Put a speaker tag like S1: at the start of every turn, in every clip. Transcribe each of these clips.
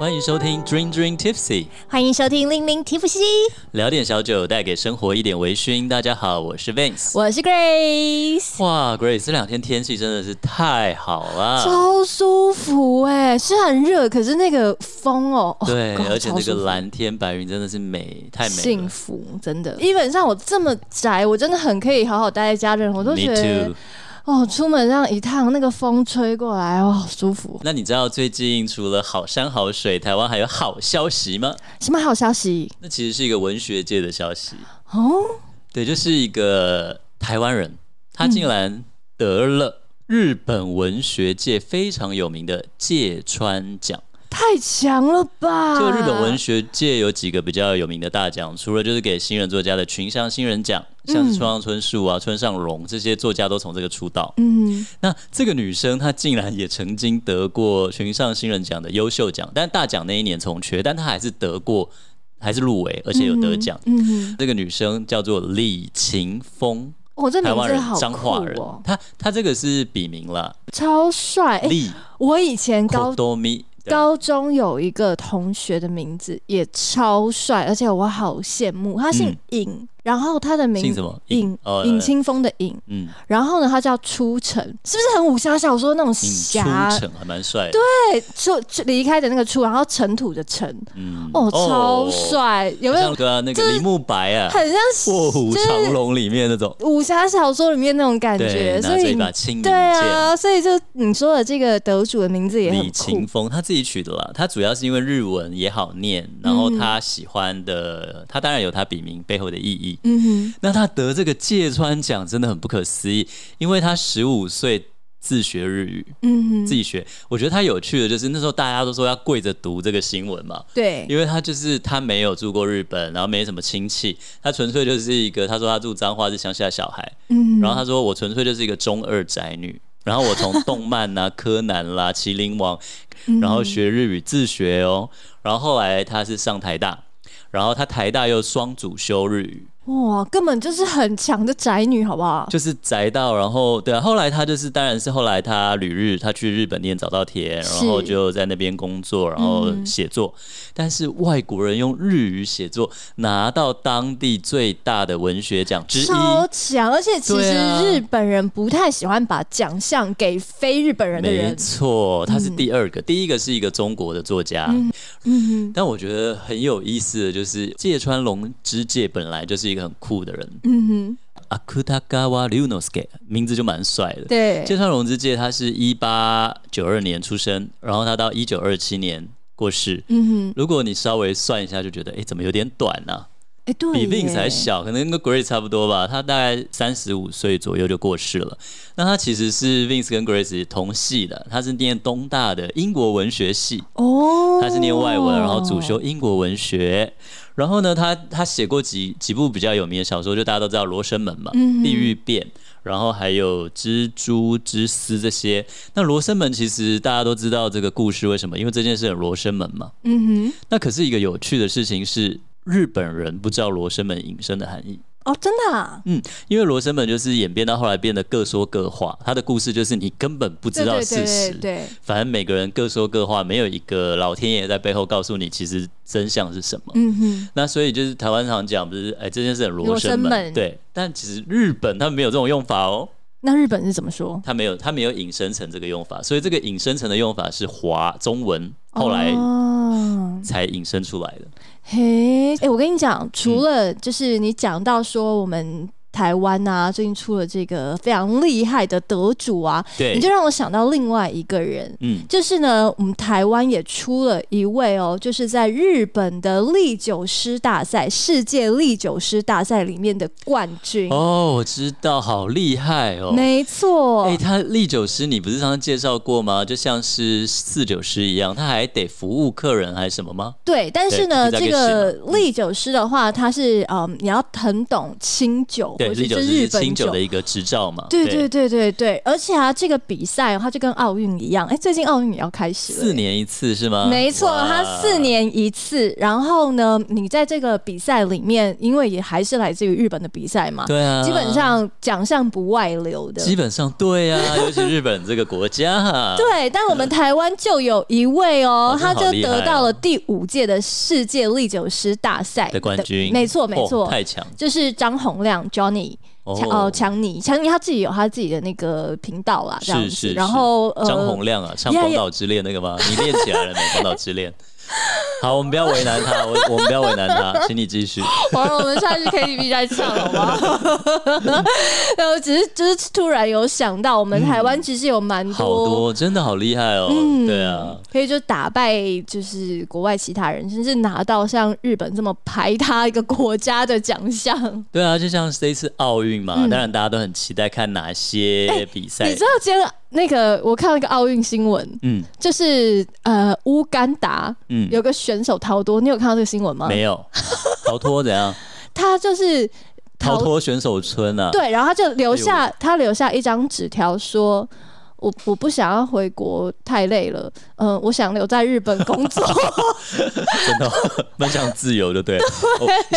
S1: 欢迎收听 Dream Dream Tipsy，
S2: 欢迎收听《零零提普西》，
S1: 聊点小酒，带给生活一点微醺。大家好，我是 Vince。
S2: 我是 Grace，、
S1: 哇，Grace，这两天天气真的是太好啊了。
S2: 超舒服哎、虽然热，可是那个风哦，哦
S1: 对，
S2: God，
S1: 而且
S2: 超
S1: 那
S2: 舒服
S1: 个蓝天白云真的是美，太美
S2: 幸
S1: 了。
S2: 福真的。基本上我这么宅，我真的很可以好好待在家的人，我都
S1: Me
S2: 觉得
S1: too。
S2: 哦，出门这样一趟，那个风吹过来，哦，好舒服。
S1: 那你知道最近除了好山好水，台湾还有好消息吗？
S2: 什么好消息
S1: 那其实是一个文学界的消息。
S2: 哦？
S1: 对，就是一个台湾人，他竟然得了日本文学界非常有名的芥川奖。
S2: 太强了吧！
S1: 就日本文学界有几个比较有名的大奖，除了就是给新人作家的群像新人奖，像
S2: 嗯
S1: 是村上春树啊、村上隆这些作家都从这个出道。
S2: 嗯，
S1: 那这个女生她竟然也曾经得过群上新人奖的优秀奖，但大奖那一年从缺，但她还是得过，还是入围，而且有得奖。
S2: 嗯哼，
S1: 这个女生叫做李晴风，
S2: 我、这
S1: 台
S2: 名
S1: 湾
S2: 字
S1: 人
S2: 好，
S1: 彰
S2: 酷
S1: 化人
S2: 哦，，
S1: 她她这个是笔名啦，
S2: 超帅！哎、
S1: 李
S2: 我以前高
S1: 可多米。
S2: 高中有一个同学的名字也超帅，而且我好羡慕。他姓尹、然后他的名
S1: 嗯姓什么
S2: 尹
S1: 哦
S2: 尹清风的尹，
S1: 嗯，
S2: 然后呢，他叫初晨，是不是很武侠小说那种
S1: 嗯出
S2: 侠？
S1: 城还蛮帅的，
S2: 对，就就离开的那个初，然后尘土的尘，
S1: 嗯，
S2: 哦，超帅，有没有
S1: 像？个那个林木白啊，
S2: 很像
S1: 《卧虎
S2: 就是
S1: 藏龙》里面那种，
S2: 武侠小说里面那种感
S1: 对，
S2: 觉，
S1: 拿
S2: 所
S1: 着
S2: 以
S1: 一把青冥
S2: 对
S1: 剑。
S2: 啊，所以就你说的这个得主的名字也
S1: 李
S2: 很酷
S1: 勤，峰他自己取的啦，他主要是因为日文也好念，然后他喜欢的，他当然有他笔名背后的意义。
S2: 嗯
S1: 那他得这个芥川奖真的很不可思议，因为他十五岁自学日语，
S2: 哼，嗯哼，
S1: 自己学。我觉得他有趣的就是那时候大家都说要跪着读这个新闻嘛，
S2: 对，
S1: 因为他就是他没有住过日本，然后没什么亲戚，他纯粹就是一个他说他住彰化是乡下小孩，
S2: 嗯
S1: 然后他说我纯粹就是一个中二宅女，然后我从动漫啊、柯南啦、麒麟王，然
S2: 嗯
S1: 后学日语自学哦，然后后来他是上台大，然后他台大又双主修日语，
S2: 哇，根本就是很强的宅女，好不好？
S1: 就是宅到，然后对啊，后来他就是，当然是后来他旅日，他去日本念早稻田，然
S2: 是嗯
S1: 后就在那边工作，然后写作。但是外国人用日语写作，拿到当地最大的文学奖之一。
S2: 超强，而且其
S1: 对
S2: 实
S1: 啊
S2: 日本人不太喜欢把奖项给非日本人的
S1: 没
S2: 人。
S1: 错，他是第二个，第一个是一个中国的作家。
S2: 嗯
S1: 但我觉得很有意思的就是，芥川龙之介本来就是一个很酷的人，
S2: 哼，嗯
S1: 阿库塔嘎瓦流诺斯给名字就蛮帅的
S2: 哼，。对，
S1: 芥川龙之介，他是一八九二年出生，然后他到一九二七年过世。
S2: 嗯哼，
S1: 如果你稍微算一下，就觉得哎，诶怎么有点短呢、
S2: 哎、对，
S1: 比 Vince 还。小，可能跟 Grace 差不多吧。他大概三十五岁左右就过世了。那他其实是 Vince 跟 Grace 同系的，他是念东大的英国文学系，
S2: 哦，
S1: 他是念外文，然后主修英国文学。然后呢，他他写过几几部比较有名的小说，就大家都知道《罗生门》嘛，
S2: 嗯
S1: 地狱变》，然后还有《蜘蛛之丝》这些。那《罗生门》其实大家都知道这个故事，为什么？因为这件事有罗生门嘛。
S2: 嗯
S1: 那可是一个有趣的事情是，日本人不知道《罗生门》引申的含义。
S2: 哼，哦，真的、啊，
S1: 嗯，因为《罗生门》就是演变到后来变得各说各话，他的故事就是你根本不知
S2: 对
S1: 道
S2: 对
S1: 事
S2: 对
S1: 实。
S2: 对对，
S1: 反正每个人各说各话，没有一个老天爷在背后告诉你其实真相是什么。
S2: 嗯哼，
S1: 那所以就是台湾常讲，不是哎、这件事很罗
S2: 罗
S1: 生
S2: 生
S1: 门，
S2: 门
S1: 对。但其实日本他们没有这种用法哦，
S2: 那日本是怎么说？
S1: 他没有他没有引申成这个用法，所以这个引申成的用法是华中文后来
S2: 哦
S1: 才引申出来的。
S2: 嘿，哎、我跟你讲，除了就是你讲到说我们台湾啊，最近出了这个非常厉害的得主啊，
S1: 嗯对
S2: 你，就让我想到另外一个人，
S1: 嗯，
S2: 就是呢，我们台湾也出了一位哦，就是在日本的历酒师大赛、世界历酒师大赛里面的冠军。
S1: 哦，我知道，好厉害哦。
S2: 没错，
S1: 哎、他历酒师你不是常常介绍过吗？就像是侍酒师一样，他还得服务客人还是什么吗？
S2: 对，但是呢，
S1: 对
S2: 这
S1: 就是大概
S2: 嗯个历酒师的话，他是嗯，你要很懂清酒，
S1: 对，
S2: 或者
S1: 日酒
S2: 是
S1: 是
S2: 本
S1: 清酒的一个执照嘛，
S2: 对对对对对，而且啊，这个比赛它就跟奥运一样，哎，最近奥运也要开始了，
S1: 四年一次是吗？
S2: 没错，
S1: 哇
S2: 它四。年一次。然后呢，你在这个比赛里面，因为也还是来自于日本的比赛嘛，
S1: 对啊，
S2: 基本上奖项不外流的。
S1: 基本上对 啊，尤其日本这个国家啊哈，
S2: 对，但我们台湾就有一位哦，
S1: 哦真
S2: 他
S1: 好
S2: 就
S1: 厉害
S2: 得
S1: 哦
S2: 到了第五届的世界历酒师大赛
S1: 的冠军，
S2: 没错没
S1: 哦
S2: 错，
S1: 太强
S2: 就是张洪亮 Johnny 强哦强尼，强尼他自己有他自己的那个频道啦，这样
S1: 是
S2: 子。
S1: 是是
S2: 然后呃，
S1: 张 洪亮啊，像《
S2: 呀呀
S1: 广岛之恋》那个 吗？你练起来了没？《广岛之恋》。好，我们不要为难 他，我我们不要为难他，请你继续。
S2: 好了，我们下去 KTV 再唱好吗？ 然后只是只是突然有想到，我们台湾其实有蛮
S1: 好
S2: 多。
S1: 多，真的好厉害哦。
S2: 嗯
S1: 对啊，，
S2: 可以就打败就是国外其他人，甚至拿到像日本这么排他一个国家的奖 项。
S1: 对啊，就像这一次奥运嘛，
S2: 嗯哎
S1: 当然大家都很期待看哪些比赛。
S2: 你知道今天那个我看了一个奥运新闻，
S1: 嗯
S2: 就是呃乌干达
S1: 嗯，
S2: 有个选手逃脱，你有看到这个新闻吗？
S1: 没有逃脱怎 样？
S2: 他就是
S1: 逃脱哎选手村啊？
S2: 对，然后他就留下、他留下一张纸条说。我我不想要回国，太累了。嗯、我想留在日本工作。
S1: 真的 哦蛮想自由的，对。哦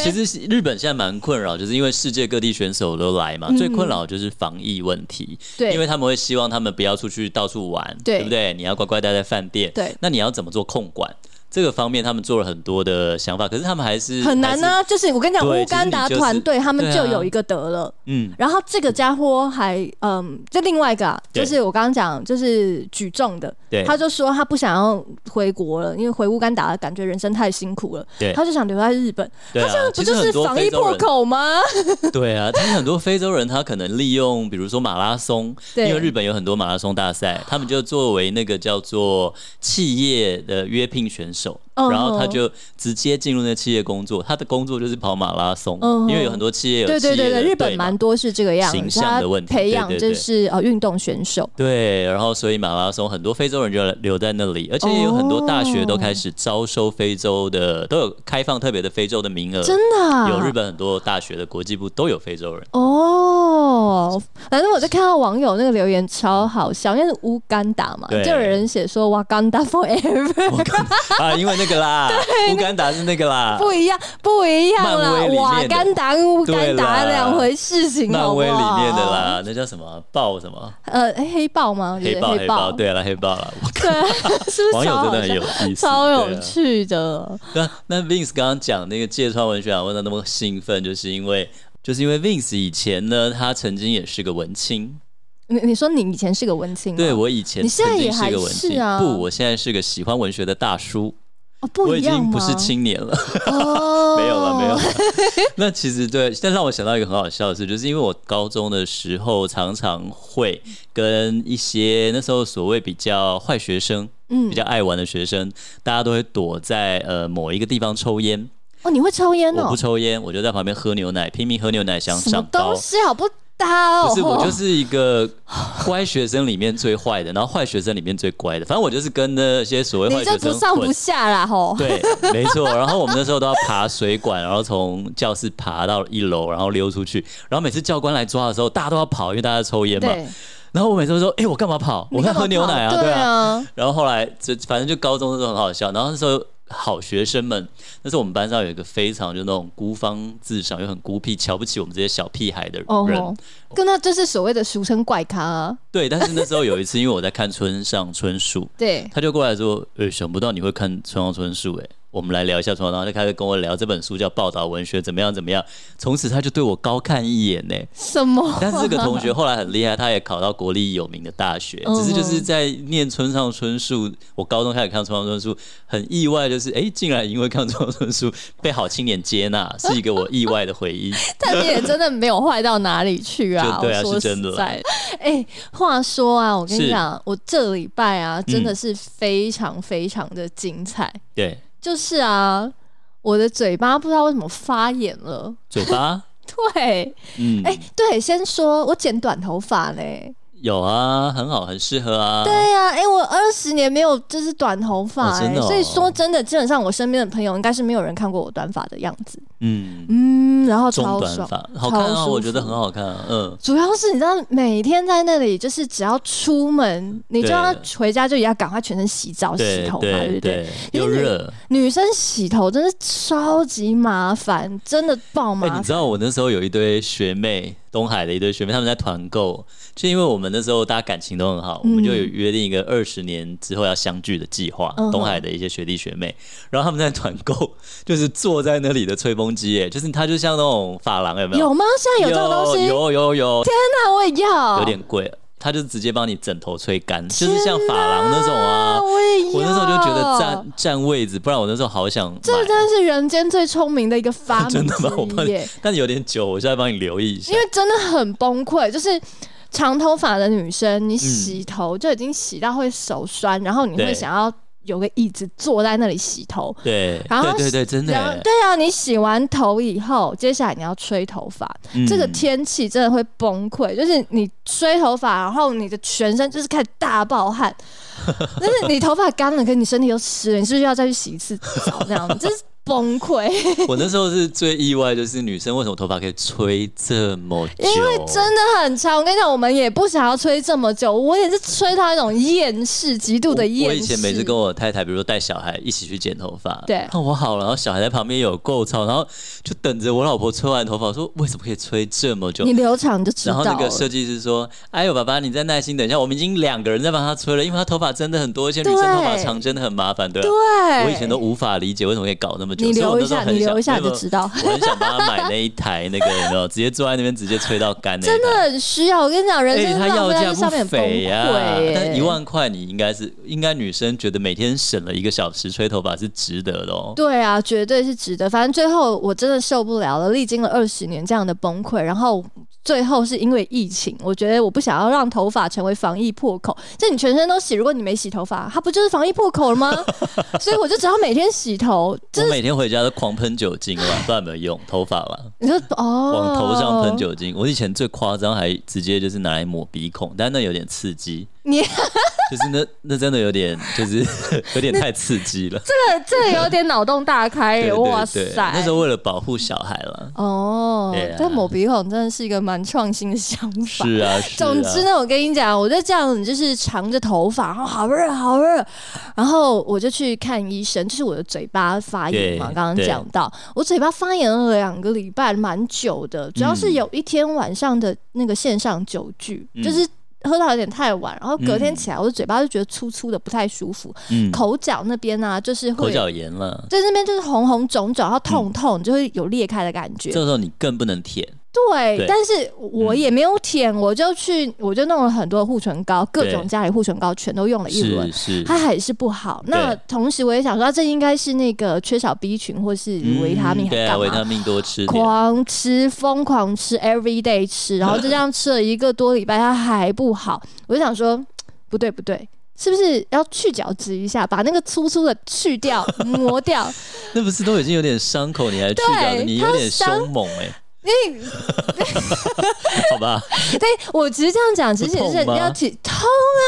S1: 其实是日本现在蛮困扰，就是因为世界各地选手都来嘛，最困扰就是防疫问题，
S2: 嗯 对，
S1: 因为他们会希望他们不要出去到处玩，
S2: 对
S1: 不对？你要乖乖待在饭店，
S2: 对
S1: 那你要怎么做控管？这个方面他们做了很多的想法，可是他们还是
S2: 很难啊呢、
S1: 还是
S2: 就是我跟你讲，
S1: 对
S2: 乌干达
S1: 其实你就是
S2: 团队他们
S1: 对啊
S2: 就有一个得了，
S1: 嗯，
S2: 然后这个家伙还嗯，就另外一个、啊，
S1: 对
S2: 就是我刚刚讲就是举重的，
S1: 对，
S2: 他就说他不想要回国了，因为回乌干达感觉人生太辛苦了，
S1: 对
S2: 他就想留在日本。
S1: 对啊，
S2: 这不就
S1: 其实
S2: 是
S1: 很多
S2: 防疫
S1: 非洲
S2: 破
S1: 人
S2: 口吗？
S1: 对啊，但是很多非洲人他可能利用，比如说马拉松，
S2: 对
S1: 因为日本有很多马拉松大赛，他们就作为那个叫做企业的约聘选手，
S2: 嗯
S1: 然后他就直接进入那个企业工作，他的工作就是跑马拉松，
S2: 嗯
S1: 因为有很多企业有
S2: 对
S1: 企
S2: 对
S1: 业的
S2: 对对，日本
S1: 嘛
S2: 蛮多是这个样
S1: 形
S2: 子，
S1: 象
S2: 他
S1: 的问题
S2: 培
S1: 对
S2: 养
S1: 对
S2: 就
S1: 对
S2: 是呃运动选手。
S1: 对，然后所以马拉松很多非洲人就留在那里，而且也有很多大学都开始招收非洲的，都有开放特别的非洲的名额，
S2: 真的啊、
S1: 呃有日本很多大学的国际部都有非洲人。
S2: 哦，反正我就看到网友那个留言超好笑，因为是乌干达嘛，
S1: 对
S2: 就有人写说哇，干达 forever
S1: 我刚啊，因为那个 啦，乌干达是那个啦，
S2: 不一样，不一样
S1: 漫
S2: 啦
S1: 威里，面的
S2: 哇，干达跟乌干达
S1: 对啦
S2: 两回事情，好
S1: 漫
S2: 不
S1: 威里
S2: 好
S1: 面的，啦，那叫什么豹什么
S2: 呃，哎黑豹吗？
S1: 黑豹
S2: 豹，
S1: 黑豹，，对了黑豹了，我
S2: 对，啊 是不
S1: 网
S2: 是超
S1: 友
S2: 好
S1: 真的很
S2: 笑
S1: 有意思，
S2: 超有
S1: 对啊。
S2: 趣的，
S1: 那那 Vince 刚刚讲那个芥川文学奖，为什么那么兴奋？就是因为就是因为 Vince 以前呢，他曾经也是个文青，
S2: 你你说你以前是个文青吗，
S1: 对我以前
S2: 你现在
S1: 曾经
S2: 也还
S1: 是个文
S2: 是
S1: 青，
S2: 啊
S1: 不，我现在是个喜欢文学的大叔，
S2: 哦不
S1: 我
S2: 一
S1: 已
S2: 样
S1: 经
S2: 吗？
S1: 不是 青年了。
S2: 哦
S1: 没有了，没有了。 那其实对，但让我想到一个很好笑的事，就是因为我高中的时候常常会跟一些那时候所谓比较坏学生、
S2: 嗯
S1: 比较爱玩的学生，大家都会躲在呃某一个地方抽烟。
S2: 哦，你会抽烟
S1: 我
S2: 哦
S1: 不？抽烟，我就在旁边喝牛奶，拼命喝牛奶想
S2: 什么
S1: 长高
S2: 东。西好不搭哦？
S1: 不是，我就是一个乖学生里面最坏的，然后坏学生里面最乖的。反正我就是跟那些所谓
S2: 你
S1: 坏学
S2: 这
S1: 生
S2: 不上
S1: 混
S2: 不下啦吼。
S1: 对，没错。然后我们那时候都要爬水管，然后从教室爬到一楼，然后溜出去。然后每次教官来抓的时候，大家都要跑，因为大家抽烟嘛。
S2: 对，
S1: 然后我每次都说：“哎、我干嘛跑？我
S2: 你
S1: 在
S2: 干嘛
S1: 喝牛奶啊！”
S2: 跑
S1: 对
S2: 对
S1: 啊。
S2: 啊，
S1: 然后后来就反正就高中的时候很好笑。然后那时候好学生们，那时候我们班上有一个非常就那种孤芳自赏又很孤僻、瞧不起我们这些小屁孩的人。
S2: 哦吼，跟他就是所谓的俗称怪咖啊。
S1: 对，但是那时候有一次，因为我在看村上春树，
S2: 对，
S1: 他就过来说：“呃、想不到你会看村上春树，哎，我们来聊一下村上。”然后就开始跟我聊这本书叫《报道文学》怎么样怎么样。从此他就对我高看一眼呢。
S2: 什么？
S1: 但是这个同学后来很厉害，他也考到国立有名的大学，
S2: 嗯哼
S1: 只是就是在念村上春树。我高中开始看村上春树，很意外，就是哎、竟然因为看村上春树被好青年接纳，是一个我意外的回忆。
S2: 但你也真的没有坏到哪里去啊！
S1: 就对啊
S2: 我说
S1: 是真的
S2: 实
S1: 啦
S2: 在，哎、话说啊，我跟你
S1: 是
S2: 讲，我这礼拜啊，真的是非常非常的精彩。
S1: 对，
S2: 就是啊，我的嘴巴不知道为什么发炎了。
S1: 嘴巴，
S2: 对，哎
S1: 嗯，
S2: 哎、对，先说我剪短头发嘞，
S1: 有啊，很好，很适合啊。
S2: 对呀、哎、我二十年没有就是短头发、
S1: 哦
S2: 哎，
S1: 真的哦
S2: 所以说真的，基本上我身边的朋友应该是没有人看过我短发的样子。
S1: 嗯，
S2: 嗯，然后
S1: 中
S2: 超
S1: 短
S2: 爽，
S1: 发好看啊，
S2: 超舒服
S1: 我觉得很好看、啊。嗯，
S2: 主要是你知道，每天在那里，就是只要出门，你就要回家就也要赶快全身洗澡、洗
S1: 对
S2: 头嘛，对
S1: 对
S2: 不对？
S1: 对，又热。
S2: 女生洗头真是超级麻烦，真的爆
S1: 哎、
S2: 麻
S1: 你
S2: 烦。
S1: 知道我那时候有一堆学妹，东海的一堆学妹，她们在团购，就因为我们那时候大家感情都很好，我们就有约定一个二十年之后要相聚的计划。
S2: 嗯嗯哼
S1: 东海的一些学弟学妹，然后他们在团购，就是坐在那里的吹风机，哎，就是它就像那种发廊，有没有？
S2: 有吗？现在有这种东西？
S1: 有有有，
S2: 那我也要，
S1: 有点贵，它就直接帮你枕头吹干，就是像发廊那种啊
S2: 啊，。我也要。
S1: 我那时候就觉得占占位置，不然我那时候好想买。
S2: 这真是人间最聪明的一个发明
S1: 真的吗？我
S2: 之
S1: 帮
S2: 一
S1: 你
S2: 耶，
S1: 但有点久，我现在帮你留意一下
S2: 因。为真的很崩溃，就是。长头发的女生，你洗头就已经洗到会手酸，然后你
S1: 嗯
S2: 会
S1: 对
S2: 想要有个椅子坐在那里洗头，
S1: 对，
S2: 然后
S1: 对对对，真的
S2: 然后
S1: 耶，
S2: 对啊，你洗完头以后，接下来你要吹头发，
S1: 嗯
S2: 这个天气真的会崩溃。就是你吹头发，然后你的全身就是开始大爆汗， 但是你头发干了，可是你身体又湿了，你是不是要再去洗一次澡？这样 就是崩溃，
S1: 我那时候是最意外，就是女生为什么头发可以吹这么久？
S2: 因为真的很长。我跟你讲，我们也不想要吹这么久，我也是吹到一种厌世，极度的厌世。
S1: 我我以前每次跟我太太，比如说带小孩一起去剪头发，
S2: 对
S1: 那我好了，然后小孩在旁边有够吵，然后就等着我老婆吹完头发，我说为什么可以吹这么久
S2: 你？留长就知
S1: 然
S2: 道
S1: 后那个
S2: 了。
S1: 设计师说：“哎呦，爸爸，你再耐心等一下，我们已经两个人在帮他吹了，因为他头发真的很多，而且女生头发
S2: 对
S1: 长真的很麻烦，对吧？”
S2: 对，
S1: 我以前都无法理解为什么可以搞那么久，
S2: 你
S1: 所以我
S2: 留
S1: 那
S2: 一
S1: 时候
S2: 下，
S1: 很想
S2: 你
S1: 没有没
S2: 留一下就
S1: 有
S2: 知 道。
S1: 我很想帮他买那一台那个有没有，直接坐在那边直接吹到干那一
S2: 真的
S1: 台。
S2: 很需要。我跟你讲，人
S1: 而且
S2: 生
S1: 它哎要
S2: 浪费在
S1: 价
S2: 这上面
S1: 不
S2: 很崩
S1: 菲
S2: 溃、
S1: 呀、
S2: 耶
S1: 但一万块你应该是，应该女生觉得每天省了一个小时吹头发是值得的哦。
S2: 对啊，绝对是值得。反正最后我真的受不了了，历经了二十年这样的崩溃，然后最后是因为疫情，我觉得我不想要让头发成为防疫破口。就你全身都洗，如果你没洗头发，它不就是防疫破口 了吗？所以我就只要每天洗头，
S1: 我
S2: 真的，
S1: 每天回家都狂喷酒精 了，不知道有没有用，头发啦，
S2: 你说哦，
S1: 往头上喷，酒精。我以前最夸张，还直接就是拿来抹鼻孔，但那有点刺激，
S2: 你
S1: 就是那那真的有点，就是 有点太刺激了。
S2: 这这个有点脑洞大开
S1: 对
S2: 耶，哇
S1: 对
S2: 塞
S1: 对，！那时候为了保护小孩了。
S2: 哦
S1: 对啊，
S2: 但抹鼻孔真的是一个蛮创新的想法。
S1: 是啊，是啊
S2: 总之呢，我跟你讲，我就这样，就是长着头发，然后好热好热，然后我就去看医生，就是我的嘴巴发炎嘛，
S1: 对
S2: 刚刚讲到，我嘴巴发炎了两个礼拜，蛮久的，主要是有一天晚上的那个线上酒局，
S1: 嗯
S2: 就是。喝到有点太晚，然后隔天
S1: 嗯
S2: 起来，我的嘴巴就觉得粗粗的，不太舒服。
S1: 嗯
S2: 口角那边呢、啊，就是
S1: 口
S2: 会
S1: 角嗯炎了，
S2: 在那边就是红红肿肿，然后痛痛，就会有裂开的感觉
S1: 这。时候你更不能舔，
S2: 对，
S1: 对嗯
S2: 但是我也没有舔，我就去，我就弄了很多护唇膏，各种家里护唇膏全都用了一轮
S1: 是，是，
S2: 它还是不好。那
S1: 对
S2: 同时我也想说，啊这应该是那个缺少 B 群或是
S1: 嗯
S2: 维他命还
S1: 对啊，
S2: 干
S1: 维
S2: 嘛？
S1: 他命多吃点，
S2: 狂吃，疯狂吃，every day 吃，然后就这样吃了一个多礼拜，它还不好。我就想说，不对不对，是不是要去角质一下，把那个粗粗的去掉、 磨掉？
S1: 那不是都已经有点伤口，你还去掉，
S2: 对
S1: 你有点
S2: 它伤
S1: 凶猛哎，
S2: 因为
S1: 好吧，
S2: 对，我只是这样讲，其实也是
S1: 不痛吗
S2: 要提痛啊，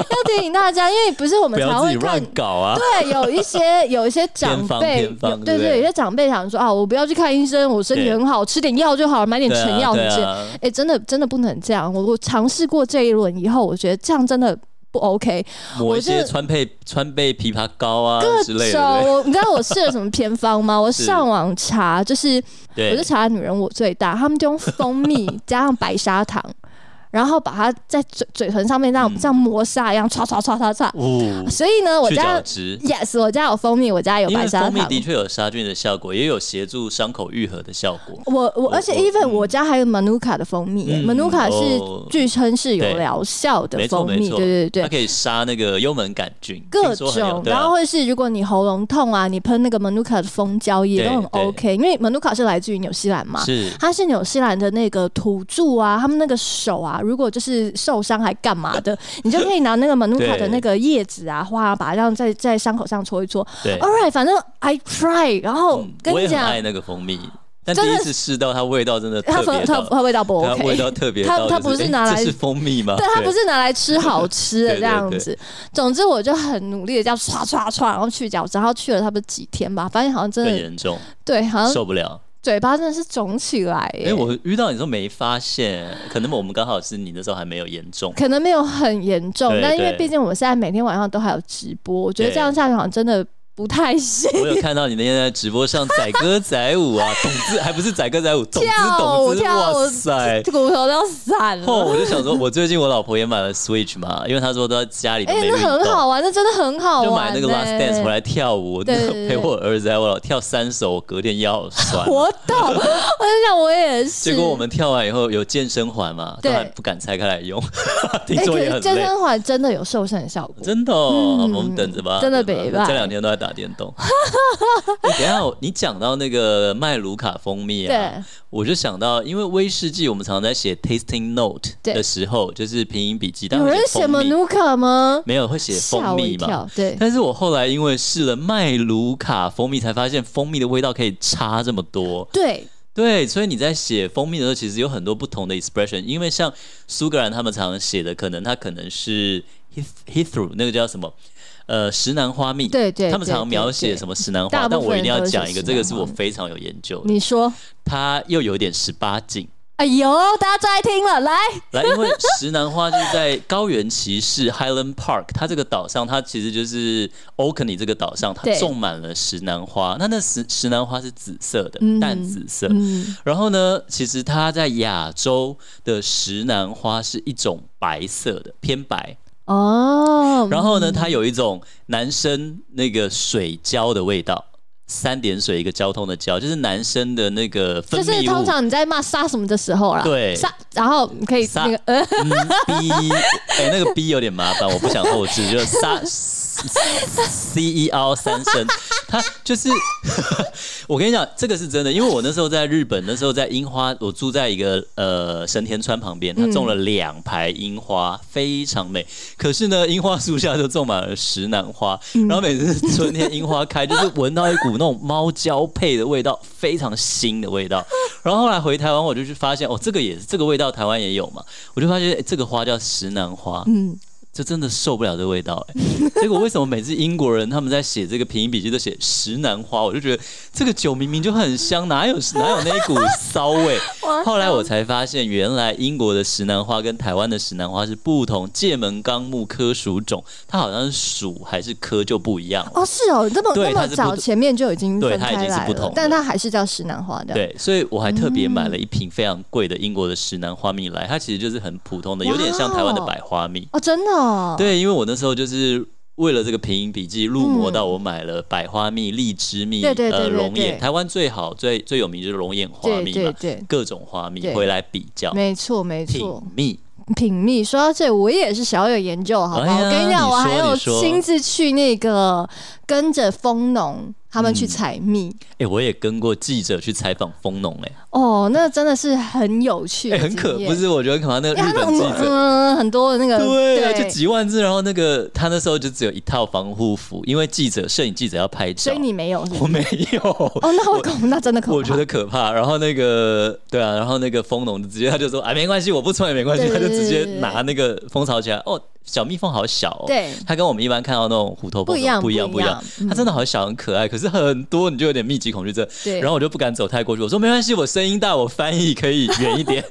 S2: 要提醒大家，因为不是我
S1: 不
S2: 们
S1: 要
S2: 常
S1: 自己
S2: 会
S1: 乱
S2: 看。
S1: 搞啊，
S2: 对，有一些有一些长
S1: 偏方
S2: 辈
S1: 偏，方
S2: 有
S1: 对
S2: 对
S1: 不对
S2: 对，有些长辈想说啊，我不要去看医生，我身体
S1: 对
S2: 很好，吃点药就好了，买点
S1: 对
S2: 成药
S1: 啊，
S2: 什
S1: 对
S2: 么之类。哎、
S1: 啊，
S2: 真的真的不能这样。我我尝试过这一轮以后，我觉得这样真的不 OK。
S1: 啊抹一些
S2: 就
S1: 川贝川贝枇杷膏啊之类
S2: 手，
S1: 的，
S2: 我你知道我试了什么偏方吗？我
S1: 是
S2: 上网查，就是
S1: 对
S2: 我就
S1: 对，
S2: 查女人我最大，他们就用蜂蜜加上白砂糖， 然后把它在嘴嘴唇上面这样、
S1: 嗯
S2: 这样磨砂一样刷刷刷刷刷。
S1: 哦，
S2: 所以呢，我
S1: 去角
S2: 家
S1: 质。
S2: yes，我家有蜂蜜，我家有
S1: 因
S2: 白
S1: 为
S2: 砂
S1: 蜂蜜
S2: 糖。
S1: 的确有杀菌的效果，也有协助伤口愈合的效果。
S2: 我我
S1: 我
S2: 而且
S1: 我
S2: even
S1: 嗯
S2: 我家还有 Manuka 的蜂蜜、
S1: 嗯
S2: m a n u k a
S1: 哦
S2: 是据称是有
S1: 对
S2: 疗效的
S1: 没错
S2: 蜂
S1: 没
S2: 蜜，
S1: 错，
S2: 对对 对
S1: 它可以杀那个幽门杆菌，
S2: 各
S1: 听说很有
S2: 种，
S1: 对啊
S2: 然后或是如果你喉咙痛啊，你喷那个 Manuka 的蜂胶也
S1: 对
S2: 都很
S1: 对
S2: OK，因为 Manuka 是来自于纽西兰嘛，
S1: 是
S2: 他是纽西兰的那个土著啊，他们那个手啊，如果就是受伤还干 嘛的，你就可以拿那个 manuka
S1: 对
S2: 的那个叶子啊、花啊，把它让在在伤口上搓一搓。
S1: 对。
S2: All right，反正 I try，然后
S1: 嗯
S2: 哦跟
S1: 我
S2: 你
S1: 也很
S2: 讲
S1: 爱，那个蜂蜜，但第
S2: 真的
S1: 一次试到它味道真的
S2: 它
S1: 特
S2: 说
S1: 别
S2: 它
S1: 到，
S2: 它味道不
S1: 它
S2: OK，
S1: 味道特别
S2: 它
S1: 到，
S2: 它
S1: 就
S2: 不是
S1: 是
S2: 拿
S1: 诶
S2: 来
S1: 这是蜂蜜吗？
S2: 对，它
S1: 对
S2: 不是拿来吃好吃的
S1: 对对
S2: 这样
S1: 对
S2: 子。总之，我就很努力的这样刷刷刷，然后去角质，然后去了差不多几天吧，发现好像真
S1: 更
S2: 的
S1: 严重，
S2: 对，好像
S1: 受不了。
S2: 嘴巴真的是肿起来耶。
S1: 哎、我遇到你都没发现，可能我们刚好是你那时候还没有严重。
S2: 可能没有很严重，
S1: 对
S2: 但因为
S1: 对
S2: 毕竟我们现在每天晚上都还有直播，我觉得
S1: 对
S2: 这样下去好像真的不太行。
S1: 我 有看到你那天在直播上载歌载舞啊，懂之还不是载歌载舞，懂之
S2: 跳
S1: 懂
S2: 舞
S1: 之，
S2: 跳
S1: 哇
S2: 舞，
S1: 塞！
S2: 骨头都要散 了。
S1: 哦，我就想说，我最近我老婆也买了 Switch 嘛，因为她说都在家里都
S2: 哎、
S1: 没运
S2: 那很好
S1: 动，
S2: 玩，那真的很好玩、
S1: 就买那
S2: 欸。
S1: 个 Last Dance 回来跳舞，
S2: 对对对
S1: 陪我儿子还有我老跳三首，我隔天腰好酸。
S2: 我懂，我就想我也是。
S1: 结果我们跳完以后有健身环嘛，
S2: 对
S1: 当然不敢拆开来用， 听
S2: 哎、
S1: 说
S2: 可
S1: 也
S2: 是
S1: 很
S2: 健
S1: 累。
S2: 身环真的有瘦身的效果。
S1: 真的、哦，
S2: 嗯
S1: 好我们等着吧。
S2: 真的
S1: 等着吧
S2: 北吧
S1: 这两天都在打电 动。哎等一下，你讲到那个麦卢卡蜂蜜啊，
S2: 对
S1: 我就想到，因为威士忌我们常常在写 tasting note
S2: 对
S1: 的时候，就是拼音笔记，当
S2: 有
S1: 然
S2: 人写
S1: 蜂蜜，
S2: Manuka 吗？
S1: 没有会写
S2: 吓
S1: 蜂
S2: 我
S1: 蜜
S2: 一
S1: 嘛。
S2: 跳，对。
S1: 但是我后来因为试了麦卢卡蜂蜜，才发现蜂蜜的味道可以差这么多。
S2: 对，
S1: 对，所以你在写蜂蜜的时候，其实有很多不同的 expression，因为像苏格兰他们常常写的，可能它可能是 heath heathrow 那个叫什么？呃，石楠花蜜，
S2: 对对
S1: 他们
S2: 对
S1: 常常
S2: 对
S1: 描写
S2: 对
S1: 什么石楠
S2: 大
S1: 花，
S2: 部
S1: 但我
S2: 分
S1: 一定要
S2: 都是
S1: 讲一个，
S2: 石
S1: 这个
S2: 楠
S1: 是
S2: 花
S1: 我
S2: 蜜
S1: 非常有研究的，
S2: 你说，
S1: 它又有点十八禁，
S2: 哎呦，大家最爱听了，来，
S1: 来，因为石楠花就是在高原骑士 Highland Park，它这个岛上，它其实就是 Oakney 这个岛上，它
S2: 对
S1: 种满了石楠花。那那石石楠花是紫色的
S2: 嗯，
S1: 淡紫色。
S2: 嗯
S1: 然后呢，其实它在亚洲的石楠花是一种白色的，偏白。
S2: 哦，
S1: 然后呢，它有一种男生那个水胶的味道。三点水一个交通的交，就是男生的那个分
S2: 就
S1: 泌
S2: 是
S1: 物。
S2: 通常你在骂杀什么的时候啦，
S1: 对
S2: 杀，然后你可以
S1: 杀
S2: 那个呃，
S1: 嗯，B，哎、那个 B 有点麻烦，我不想后置，就是三 C E L 三声，它就是 我跟你讲，这个是真的，因为我那时候在日本，那时候在樱花，我住在一个呃神田川旁边，它种了两排樱花，非常美。可是呢，樱花树下就种满了石楠花，然后每次春天樱花开，就是闻到一股那种猫交配的味道，非常腥的味道。然后后来回台湾，我就去发现哦，这个也是这个味道，台湾也有嘛。我就发现、诶哎这个花叫石楠花，
S2: 嗯，
S1: 就真的受不了这个味道哎、结果为什么每次英国人他们在写这个拼音笔记都写石楠花，我就觉得这个酒明明就很香，哪有哪有那一股骚味？后来我才发现，原来英国的石楠花跟台湾的石楠花是不同界门纲目科属种，它好像是属还是科就不一样了。
S2: 哦，是哦，这么
S1: 对
S2: 那么
S1: 它是不
S2: 早前面就已经
S1: 对
S2: 分
S1: 它已
S2: 开
S1: 经是
S2: 来
S1: 不同
S2: 了
S1: 的，
S2: 但它还是叫石楠花的，
S1: 对，所以我还特别买了一瓶非常贵的英国的石楠花蜜来，它其实就是很普通的，有点像台湾的百花蜜。
S2: 哦，真的哦，
S1: 对，因为我那时候就是为了这个平音笔记入魔到我买了百花蜜、荔枝蜜、
S2: 对对对
S1: 呃
S2: 对
S1: 龙眼，
S2: 对
S1: 台湾最好最最有名就是龙眼花
S2: 对
S1: 蜜
S2: 对
S1: 嘛，
S2: 对，
S1: 各种花蜜
S2: 对
S1: 回来比较。
S2: 没错没
S1: 品
S2: 错，
S1: 蜜，
S2: 品蜜。说到这，我也是小有研究，好不好？
S1: 哎呀
S2: 我跟你
S1: 你
S2: 讲，
S1: 说
S2: 我还有
S1: 你说
S2: 亲自去那个跟着蜂农他们去采蜜。
S1: 哎、我也跟过记者去采访蜂农、欸，
S2: 哦，那真的是很有趣
S1: 哎、
S2: 的
S1: 很
S2: 经验、
S1: 可，不是？我觉得很可怕，那个
S2: 因为
S1: 日
S2: 他
S1: 本
S2: 们
S1: 记
S2: 嗯
S1: 者，
S2: 嗯很多的那个
S1: 对啊，就几万字，然后那个他那时候就只有一套防护服，因为记者、摄影记者要拍照，
S2: 所以你没有是不是
S1: 我没有，
S2: 哦，那我恐那真的可怕。
S1: 我觉得可怕。然后那个对啊，然后那个蜂农直接他就说：“哎，没关系，我不穿也没关系。”
S2: 对
S1: 他就
S2: 对
S1: 直接
S2: 对对
S1: 拿那个蜂巢起来。哦，小蜜蜂好小哦。
S2: 对
S1: 它跟我们一般看到那种虎头蜂
S2: 不一样
S1: 不一样，
S2: 不
S1: 不
S2: 一
S1: 一
S2: 样嗯
S1: 样。它真的好小，很可爱。可是很多你就有点密集恐惧症。
S2: 对
S1: 然后我就不敢走太过去，我说没关系，我声音大，我翻译可以远一点。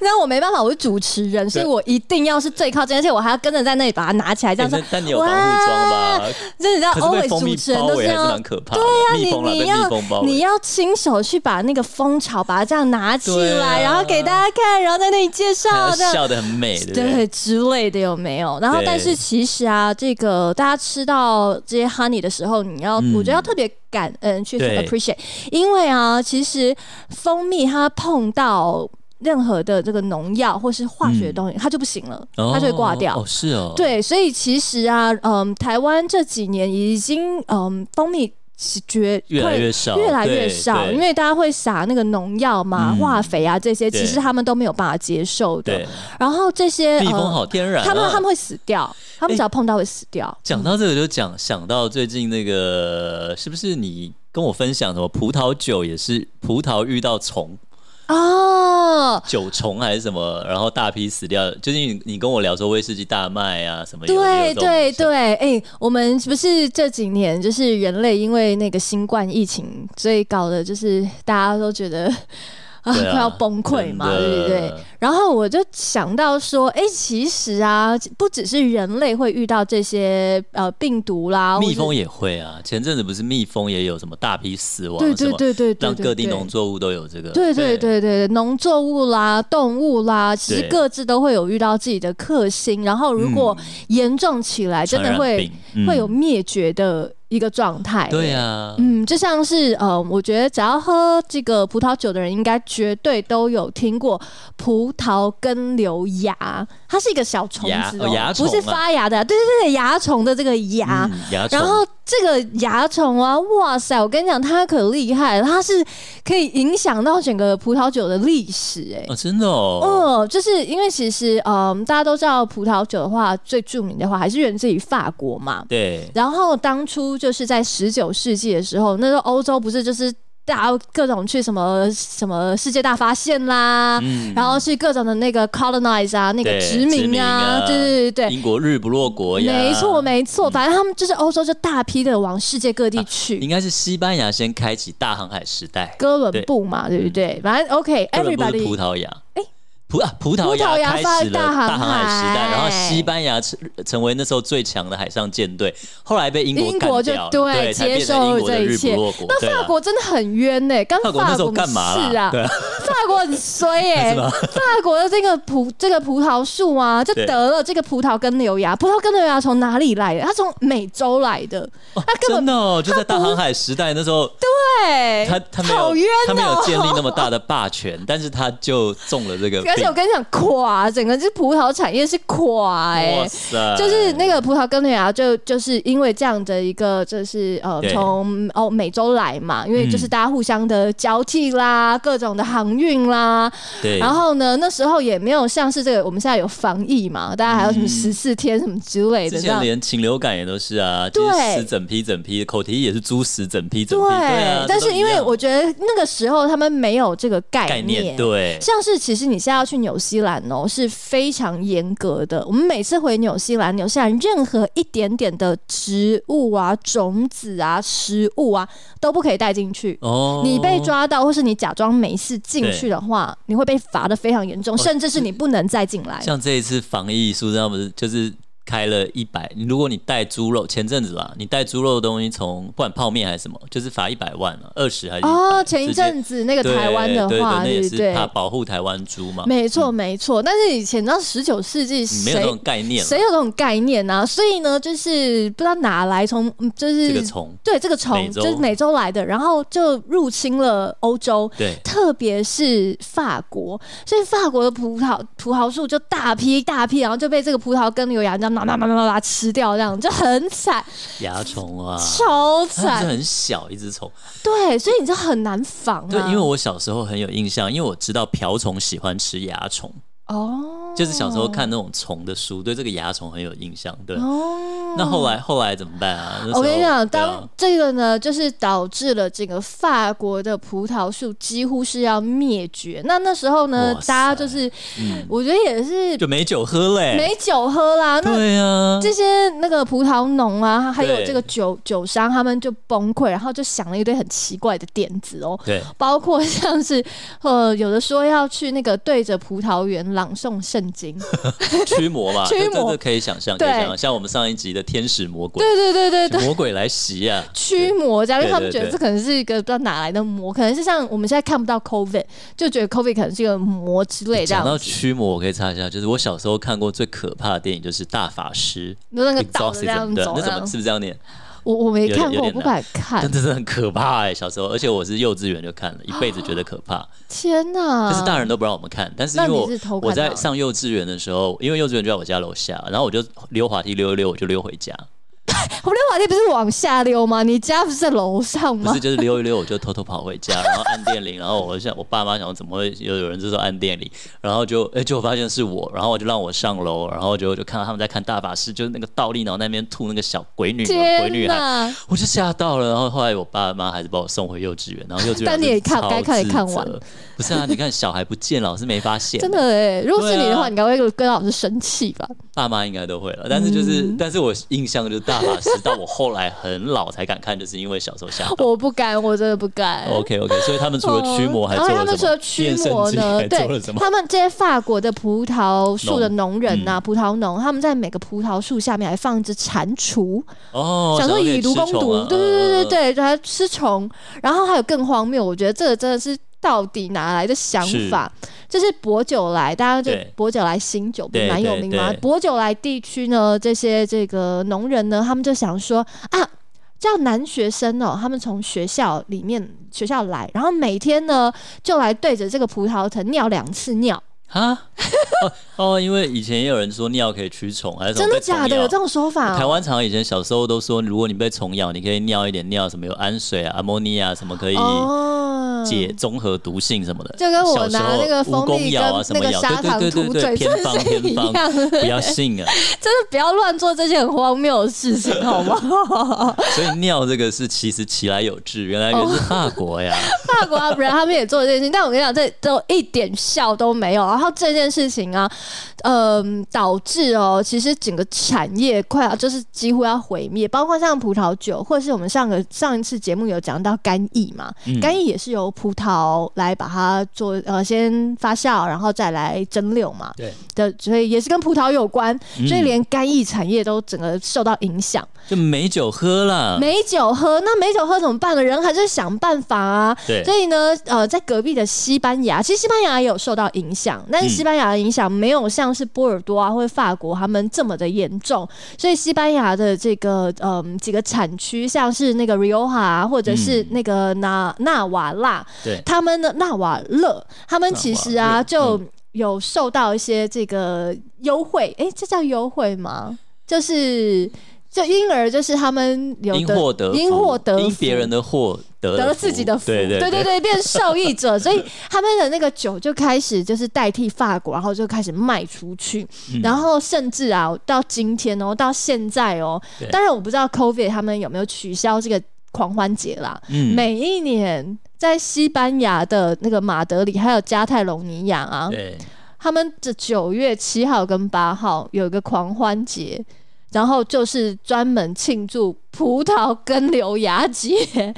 S2: 那我没办法，我是主持人，所以我一定要是最靠近，而且我还要跟着在 那里把它拿起来，这 样说
S1: 但。但你有防护装吧？
S2: 这你知道
S1: 可是被
S2: ，always
S1: 蜂
S2: 哦主
S1: 蜜
S2: 持人
S1: 包
S2: 都
S1: 围还是
S2: 要
S1: 蛮可怕的。对蜜
S2: 啊你
S1: 蜂啦，被
S2: 你
S1: 蜜
S2: 要
S1: 蜂包
S2: 你
S1: 围。
S2: 要亲手去把那个蜂巢把它这样拿起
S1: 对
S2: 来，
S1: 啊
S2: 然后给大家看，然后在那里介
S1: 还
S2: 绍
S1: 要
S2: 这样。
S1: 笑得很美，对不对
S2: 对？之类的有没有？然后，
S1: 对
S2: 但是其实啊，这个大家吃到这些 honey 的时候，你要、
S1: 嗯
S2: 我觉得要特别感恩去
S1: 对
S2: appreciate，因为啊，其实蜂蜜它碰到任何的这个农药或是化学的东西，它就不行了，
S1: 嗯哦
S2: 它就会挂掉。
S1: 哦，是哦，
S2: 对，所以其实啊，嗯，台湾这几年已经嗯，蜂蜜绝
S1: 越来越少，
S2: 越来越
S1: 对
S2: 少，
S1: 对
S2: 因为大家会撒那个农药嘛、
S1: 嗯
S2: 化肥啊这些，
S1: 对
S2: 其实他们都没有办法接受的
S1: 对。，
S2: 然后这些
S1: 蜜蜂
S2: 呃，
S1: 好天然、啊
S2: 他们他们会死掉，他们
S1: 哎
S2: 只要碰到会死掉。
S1: 讲到这个就讲想到最近那个是不是你？跟我分享什么葡萄酒也是葡萄遇到虫，
S2: 哦，
S1: 酒虫还是什么，然后大批死掉。就是你你跟我聊说威士忌大卖啊什么有，
S2: 对
S1: 有这种
S2: 对对，哎、我们不是这几年就是人类因为那个新冠疫情，所以搞的就是大家都觉得啊
S1: 对
S2: 快
S1: 啊
S2: 要崩溃嘛，
S1: 真
S2: 对
S1: 的
S2: 不对？然后我就想到说，哎、其实啊，不只是人类会遇到这些呃病毒啦，
S1: 蜜
S2: 或
S1: 蜂
S2: 是
S1: 也会啊，前阵子不是蜜蜂也有什么大批死亡，
S2: 对
S1: 什
S2: 对
S1: 么
S2: 对对对对，
S1: 让各地
S2: 对
S1: 农作物都有这个。
S2: 对对对对，农作物啦、动物啦，其实
S1: 对嗯
S2: 各自都会有遇到自己的克星，然后如果严重起来，真
S1: 传染
S2: 的会
S1: 病、嗯
S2: 会有灭绝的一个状态。
S1: 对。啊，
S2: 嗯，就像是呃，我觉得只要喝这个葡萄酒的人，应该绝对都有听过葡萄根瘤蚜，它是一个小虫
S1: 蚜
S2: 子、
S1: 哦蚜虫
S2: 不是
S1: 啊
S2: 发芽的，对对对，蚜虫的这个蚜。
S1: 嗯蚜虫，
S2: 然后这个蚜虫啊，哇塞！我跟你讲，它可厉害了，它是可以影响到整个葡萄酒的历史、哎、
S1: 哦，真的哦，
S2: 哦，就是因为其实，嗯，大家都知道葡萄酒的话，最著名的话还是源自于法国嘛。
S1: 对，
S2: 然后当初就是在十九世纪的时候，那时候欧洲不是就是大家各种去什么什么世界大发现啦，
S1: 嗯
S2: 然后去各种的那个 colonize 啊，那个
S1: 对
S2: 殖
S1: 殖
S2: 民
S1: 民
S2: 啊，
S1: 啊
S2: 对对对对。
S1: 英国日不落国呀，嗯
S2: 没错，没错，反正他们就是欧洲就大批的往世界各地去，
S1: 应该是西班牙先开启大航海时代，
S2: 哥伦布嘛，对不对？反正
S1: 嗯
S2: OK，everybody、
S1: 哥伦布是葡萄牙，
S2: 哎
S1: 葡啊葡萄
S2: 葡萄牙
S1: 牙开始了
S2: 发大
S1: 大
S2: 航海
S1: 航海时代，然后西班牙成成为那时候最强的海上舰队，后来被英国
S2: 英国
S1: 干掉了，
S2: 就对
S1: 对，才变成英国的日不落国，对
S2: 法
S1: 啊。
S2: 国真的很冤呢、刚
S1: 法
S2: 法
S1: 国那时候干嘛啦？
S2: 是啊，
S1: 对啊，
S2: 法国很 衰耶、法国的这个葡这个葡萄树啊，就
S1: 对
S2: 得了这个葡萄根瘤蚜。葡萄根瘤蚜从哪里来的？它从美洲来的，它根
S1: 真
S2: 本
S1: 的哦，就在大航海时代那时候，
S2: 对，
S1: 他他没
S2: 好
S1: 有
S2: 冤
S1: 他没
S2: 哦
S1: 有建立那么大的霸权，但是他就中了 这个病。
S2: 而且我跟你讲，垮，整个这葡萄产业是垮哎、
S1: 哇塞，
S2: 就是那个葡萄根瘤芽，就就是因为这样的一个，就是呃，
S1: 对嗯
S2: 从哦美洲来嘛，因为就是大家互相的交替啦，各种的航运啦，
S1: 对，
S2: 然后呢，那时候也没有像是这个我们现在有防疫嘛，大家还有什么十四天什么之类的
S1: 嗯之
S2: 这
S1: 前
S2: 样。
S1: 连禽流感也都是啊，
S2: 对
S1: 就是死整批整批，口蹄疫也是猪死整批整批，
S2: 对，
S1: 啊。
S2: 但
S1: 这都
S2: 是因
S1: 一
S2: 为
S1: 样
S2: 我觉得那个时候他们没有这个概
S1: 概念对，
S2: 像是其实你现在要去纽西兰哦，是非常严格的。我们每次回纽西兰，纽西兰任何一点点的植物啊、种子啊、食物啊都不可以带进去。
S1: 哦，
S2: 你被抓到，或是你假装没事进去的话，你会被罚的非常严重，甚至是你不能再进来。
S1: 哦像这一次防疫，苏贞昌不是就是开了一百，如果你带猪肉，前阵子啦，你带猪肉的东西从不管泡面还是什么，就是罚一百万了、啊，二十还是
S2: 哦，
S1: 100
S2: 前一
S1: 直接
S2: 阵子那个
S1: 对
S2: 台湾的
S1: 对对，
S2: 话，
S1: 那也
S2: 对不对
S1: 是怕？保护台湾猪嘛，
S2: 没错，没错。但是以前你知道，十九世纪
S1: 嗯没有那
S2: 谁
S1: 种概念了，啊
S2: 谁有这种概念呢、所以呢，就是不知道哪来从嗯就是
S1: 这个 虫，
S2: 对，这个虫
S1: 美洲
S2: 就是美洲来的，然后就入侵了欧洲，
S1: 对，
S2: 特别是法国，所以法国的葡萄葡萄树就大批大批，然后就被这个葡萄根瘤蚜这样啦啦啦啦啦吃掉，这样就很惨，
S1: 蚜虫啊。
S2: 超
S1: 它是
S2: 惨。
S1: 很小一只虫，
S2: 对，所以你就很难防啊。
S1: 对，因为我小时候很有印象，因为我知道瓢虫喜欢吃蚜虫，
S2: 哦，
S1: 就是小时候看那种虫的书，对这个蚜虫很有印象。对，
S2: 哦，
S1: 那后来后来怎么办啊？那时候
S2: 我跟你讲，
S1: 对啊
S2: 当这个呢，就是导致了整个法国的葡萄树几乎是要灭绝。那那时候呢
S1: 哇，塞嗯
S2: 大家就是，我觉得也是
S1: 就没酒喝嘞，
S2: 没酒喝啦。那
S1: 哎对啊，
S2: 这些那个葡萄农啊，还有
S1: 对
S2: 这个酒酒商，他们就崩溃，然后就想了一堆很奇怪的点子哦。
S1: 对，
S2: 包括像是，呃，有的说要去那个对着葡萄园朗诵圣 经，
S1: 驱魔 嘛，
S2: 驱
S1: 这
S2: 魔
S1: 这这可以想象，可
S2: 对
S1: 以想象，像我们上一集的天使魔鬼，
S2: 对对对对对，
S1: 魔鬼来袭啊，
S2: 驱魔这样，因为他们
S1: 对对
S2: 觉得
S1: 对
S2: 这可能是一个不知道哪来的魔，可能是像我们现在看不到 COVID，就觉得 COVID 可能是一个魔之类这
S1: 讲到
S2: 样子，
S1: 驱魔，我可以插一下，就是我小时候看过最可怕的电影就是《大法师
S2: 就那》个倒着这样
S1: ，Exorcism 的，
S2: 走
S1: 那
S2: 这
S1: 怎
S2: 样
S1: 么是不是这样念？
S2: 我我没看过，
S1: 有点
S2: 我不敢看
S1: 但。真的很可怕哎，小时候，而且我是幼稚园就看了，一辈子觉得可怕，
S2: 天哪！
S1: 就是大人都不让我们看，但是因为
S2: 嗯那你是偷
S1: 我
S2: 看
S1: 我
S2: 到
S1: 在上幼稚园的时候，因为幼稚园就在我家楼下，然后我就溜滑梯溜一溜，我就溜回家。
S2: 我溜滑梯不是往下溜吗？你家不是在楼上
S1: 不
S2: 吗
S1: 是，？就是溜一溜，我就偷偷跑回家，然后按电铃，然后我想我爸妈想怎么会有有人这时候按电铃，然后就哎、结果发现是我，然后我就让我上楼，然后就就看到他们在看大法师，就是那个倒立，然后那边吐那个小鬼女鬼女啊
S2: 天
S1: 孩，
S2: 哪！
S1: 我就吓到了，然后后来我爸妈还是把我送回幼稚园，然后幼稚园
S2: 但你也看
S1: 老师
S2: 该看也看完
S1: 超自责，不是啊？你看小孩不见，老师没发现，
S2: 真的哎、如果是你的
S1: 对
S2: 话，
S1: 啊
S2: 你该会跟老师生气吧？
S1: 爸妈应该都会了，但是就是，
S2: 嗯
S1: 但是我印象就是大法师，到我后来很老才敢看，就是因为小时候吓到。
S2: 我不敢， 我真的不敢。
S1: OK OK，所以他们哦除了驱魔还
S2: 然
S1: 做了什么？
S2: 后他们除了驱魔呢，
S1: 变身祭还做了
S2: 对
S1: 什，么？
S2: 他们这些法国的葡萄树的农人呐、
S1: 农嗯
S2: 葡萄农，他们在每个葡萄树下面还放着蟾蜍，
S1: 哦，
S2: 想说
S1: 可以
S2: 以毒
S1: 吃
S2: 攻
S1: 虫
S2: 毒，
S1: 啊
S2: 对对对
S1: 嗯嗯嗯
S2: 对对，还吃虫。然后还有更荒谬，我觉得这个真的是到底哪来的想法？这是博酒来，大家就
S1: 对
S2: 博酒来新酒不是
S1: 对
S2: 蛮有
S1: 对
S2: 名吗
S1: 对？
S2: 博酒来地区呢，这些这个农人呢，他们就想说啊。叫男学生哦，他们从学校里面学校来，然后每天呢就来对着这个葡萄藤尿两次尿，
S1: 啊哦哦，因为以前也有人说尿可以驱虫，还是什么
S2: 真的
S1: 被虫
S2: 假的？有
S1: 咬
S2: 这种说法、
S1: 台
S2: 哦？
S1: 湾常以前小时候都说，如果你被虫咬，你可以尿一点尿，什么有氨水啊、阿莫尼亚什么可以
S2: 哦
S1: 解综合毒性什么的。
S2: 就跟我
S1: 小时
S2: 拿
S1: 候
S2: 那个
S1: 蜈
S2: 蜂
S1: 蚣
S2: 蜜跟
S1: 咬啊什
S2: 那
S1: 么
S2: 个
S1: 咬，
S2: 砂糖
S1: 对对
S2: 涂
S1: 对对对，
S2: 嘴
S1: 偏
S2: 真
S1: 方
S2: 的是一
S1: 偏
S2: 样
S1: 方，
S2: 的，
S1: 不要信啊！
S2: 真的不要乱做这些很荒谬的事情，好吗？
S1: 所以尿这个是其实其来有志，原来源
S2: 哦
S1: 自法国呀。
S2: 法国啊，不然他们也做这件事情，但我跟你讲，这都一点效都没有。然后这件事情啊，嗯、导致哦，其实整个产业快要就是几乎要毁灭，包括像葡萄酒，或者是我们上个上一次节目有讲到干邑嘛，
S1: 嗯
S2: 干邑也是由葡萄来把它做呃先发酵，然后再来蒸馏嘛，
S1: 对
S2: 的，所以也是跟葡萄有关，所以
S1: 嗯
S2: 连干邑产业都整个受到影响。
S1: 就美酒喝啦，
S2: 美酒喝，那美酒喝怎么办呢？人还是想办法啊。
S1: 对
S2: 所以呢，呃，在隔壁的西班牙，其实西班牙也有受到影响，但是
S1: 嗯
S2: 西班牙的影响没有像是波尔多啊或者法国他们这么的严重。所以西班牙的这个嗯、几个产区，像是那个 Rioja 啊或者是
S1: 嗯
S2: 那个纳纳瓦拉，
S1: 对，
S2: 他们的纳瓦勒，他们其实
S1: 纳瓦
S2: 啊
S1: 勒
S2: 就
S1: 嗯
S2: 有受到一些这个优惠，诶，这叫优惠吗？就是就因而就是他们有
S1: 因
S2: 的
S1: 祸得福
S2: 因祸得福
S1: 因别人的祸得
S2: 得了
S1: 了
S2: 自己的福，
S1: 对
S2: 对
S1: 对对。
S2: 对，变受益者， 所以他们的那个酒就开始就是代替法国，然后就开始卖出去，
S1: 嗯
S2: 然后甚至啊，到今天哦，到现在哦
S1: 对，
S2: 当然我不知道 COVID 他们有没有取消这个狂欢节啦，
S1: 嗯
S2: 每一年在西班牙的那个马德里还有加泰隆尼亚啊，
S1: 对，
S2: 他们这九月七号跟八号有一个狂欢节。然后就是专门庆祝葡萄跟流牙 节，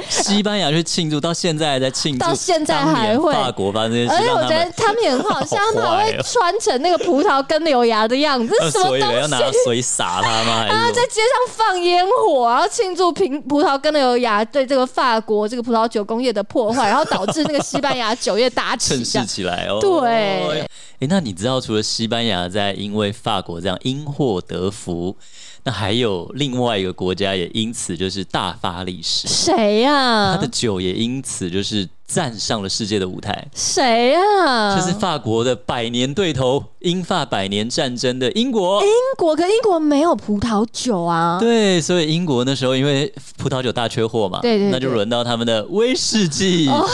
S1: 西班牙去庆祝，到现在还在庆祝，
S2: 到现在
S1: 当年
S2: 还会
S1: 法国发生这些
S2: 而
S1: 事，
S2: 且
S1: 让
S2: 哎
S1: 他
S2: 我觉得
S1: 们
S2: 他们也很好笑，他
S1: 好
S2: 们还
S1: 坏
S2: 会
S1: 哦
S2: 穿成那个葡萄跟流牙的样 子，这
S1: 那
S2: 是什么
S1: 哦所以
S2: 东
S1: 呢要
S2: 西？啊
S1: 拿水洒他吗？还是
S2: 在
S1: 什么
S2: 街上放烟火，然后庆祝平葡萄跟流牙对这个法国这个葡萄酒工业的破坏，然后导致那个西班牙酒业大
S1: 趁
S2: 起这
S1: 势
S2: 样。
S1: 起来哦。
S2: 对
S1: 哎、那你知道除了西班牙在因为法国这样因祸得福，那还有另外一个国家也因此就是大发历史，
S2: 嗯谁啊呀、
S1: 他的酒也因此就是站上了世界的舞台。
S2: 谁啊呀、
S1: 这是法国的百年对头，英法百年战争的英国。
S2: 英国，可英国没有葡萄酒啊。
S1: 对，所以英国那时候因为葡萄酒大缺货嘛，
S2: 对对对
S1: 那就轮到他们的威士忌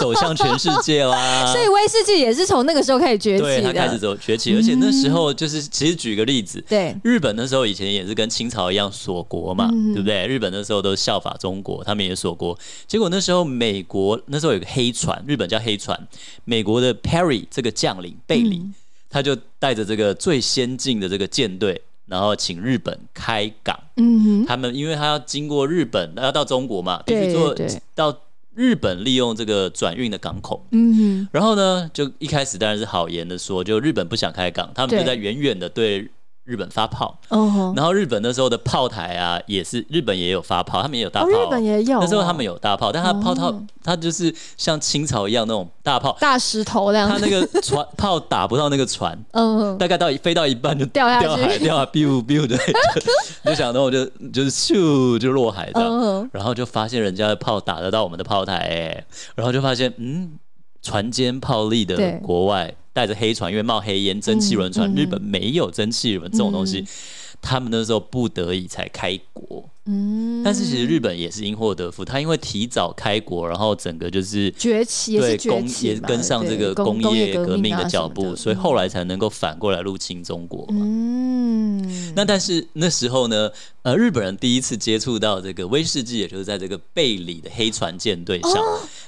S1: 走向全世界啦。
S2: 所以威士忌也是从那个时候开始崛
S1: 啊对，
S2: 起
S1: 他开始
S2: 的。
S1: 走崛起，而且那时候就是，其实举个例子，
S2: 对，
S1: 日本那时候以前也是跟清朝一样锁国嘛，
S2: 嗯
S1: 对不对？日本那时候都效法中国，他们也锁国。结果那时候美国那时候有个黑船，日本叫黑船，美国的 Perry 这个将领贝里，
S2: 嗯
S1: 他就带着这个最先进的这个舰队，然后请日本开港。
S2: 嗯哼，
S1: 他们因为他要经过日本，要到中国嘛，必
S2: 对
S1: 须做
S2: 对对
S1: 到日本利用这个转运的港口。
S2: 嗯
S1: 然后呢，就一开始当然是好言的说，就日本不想开港，他们
S2: 对
S1: 就在远远的对日本发炮。
S2: 哼，哦吼，
S1: 然后日本那时候的炮台啊，也是日本也有发炮，他们也有大炮
S2: 哦，
S1: 哦、
S2: 日本也有哦、
S1: 那时候他们有大炮，但他炮
S2: 哦
S1: 炮他就是像清朝一样那种大炮，
S2: 大石头那样
S1: 他
S2: 子。
S1: 那个船炮打不到那个 船，
S2: 嗯，
S1: 大概到一飞到一半就
S2: 掉下去
S1: 掉海掉啊，biu biu 的，就 你就想到我就就是咻就落海这样，
S2: 嗯
S1: 然后就发现人家的炮打得到我们的炮台、哎，然后就发现嗯，船坚炮利
S2: 对
S1: 的国外带着黑船，因为冒黑烟，蒸汽轮船，
S2: 嗯嗯
S1: 日本没有蒸汽轮这种东西，他们那时候不得已才开国。
S2: 嗯，
S1: 但是其实日本也是因祸得福，它因为提早开国，然后整个就是
S2: 崛起也是
S1: 对
S2: 崛
S1: 工
S2: 起
S1: 也
S2: 嘛
S1: 跟上这
S2: 对
S1: 个
S2: 工工业
S1: 业
S2: 革
S1: 革
S2: 命
S1: 命
S2: 啊
S1: 的脚
S2: 什么
S1: 步，
S2: 的
S1: 所以后来才能够反过来入侵中国嘛。
S2: 嗯，
S1: 那但是那时候呢，呃，日本人第一次接触到这个威士忌，也就是在这个贝里的黑船舰队上。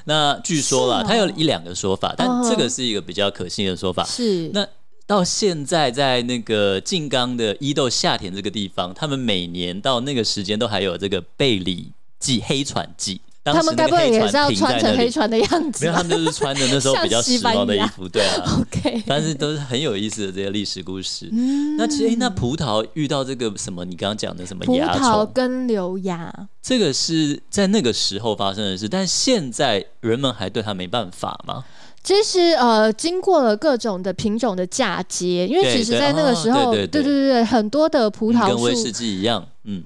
S1: 那据说啦，
S2: 哦是哦
S1: 它有一两个说法，但
S2: 嗯哼
S1: 这个是一个比较可信的说法。
S2: 是
S1: 那到现在，在那个静冈的伊豆下田这个地方，他们每年到那个时间都还有这个贝里祭黑船祭。当
S2: 他
S1: 时
S2: 们
S1: 那
S2: 该
S1: 个
S2: 不会
S1: 黑
S2: 也是
S1: 船
S2: 要
S1: 停
S2: 穿
S1: 在那
S2: 成黑
S1: 里，
S2: 船的样
S1: 没
S2: 子啊
S1: 有，他
S2: 吧
S1: 们就是穿的那时候比较
S2: 像西
S1: 时髦的
S2: 班
S1: 衣
S2: 牙
S1: 服，对啊。
S2: ？OK，
S1: 但是都是很有意思的这些历史故事。那其实、诶那葡萄遇到这个什么，你刚刚讲的什么
S2: 嗯葡
S1: 蚜
S2: 萄
S1: 虫，
S2: 跟瘤芽，
S1: 这个是在那个时候发生的事，但现在人们还对它没办法吗？
S2: 其实呃，经过了各种的品种的嫁接，因为
S1: 对
S2: 其实
S1: 对
S2: 在那个
S1: 哦
S2: 时候，
S1: 对对
S2: 对
S1: 对
S2: 对，很多的葡萄
S1: 跟威士
S2: 树，
S1: 忌一样，嗯。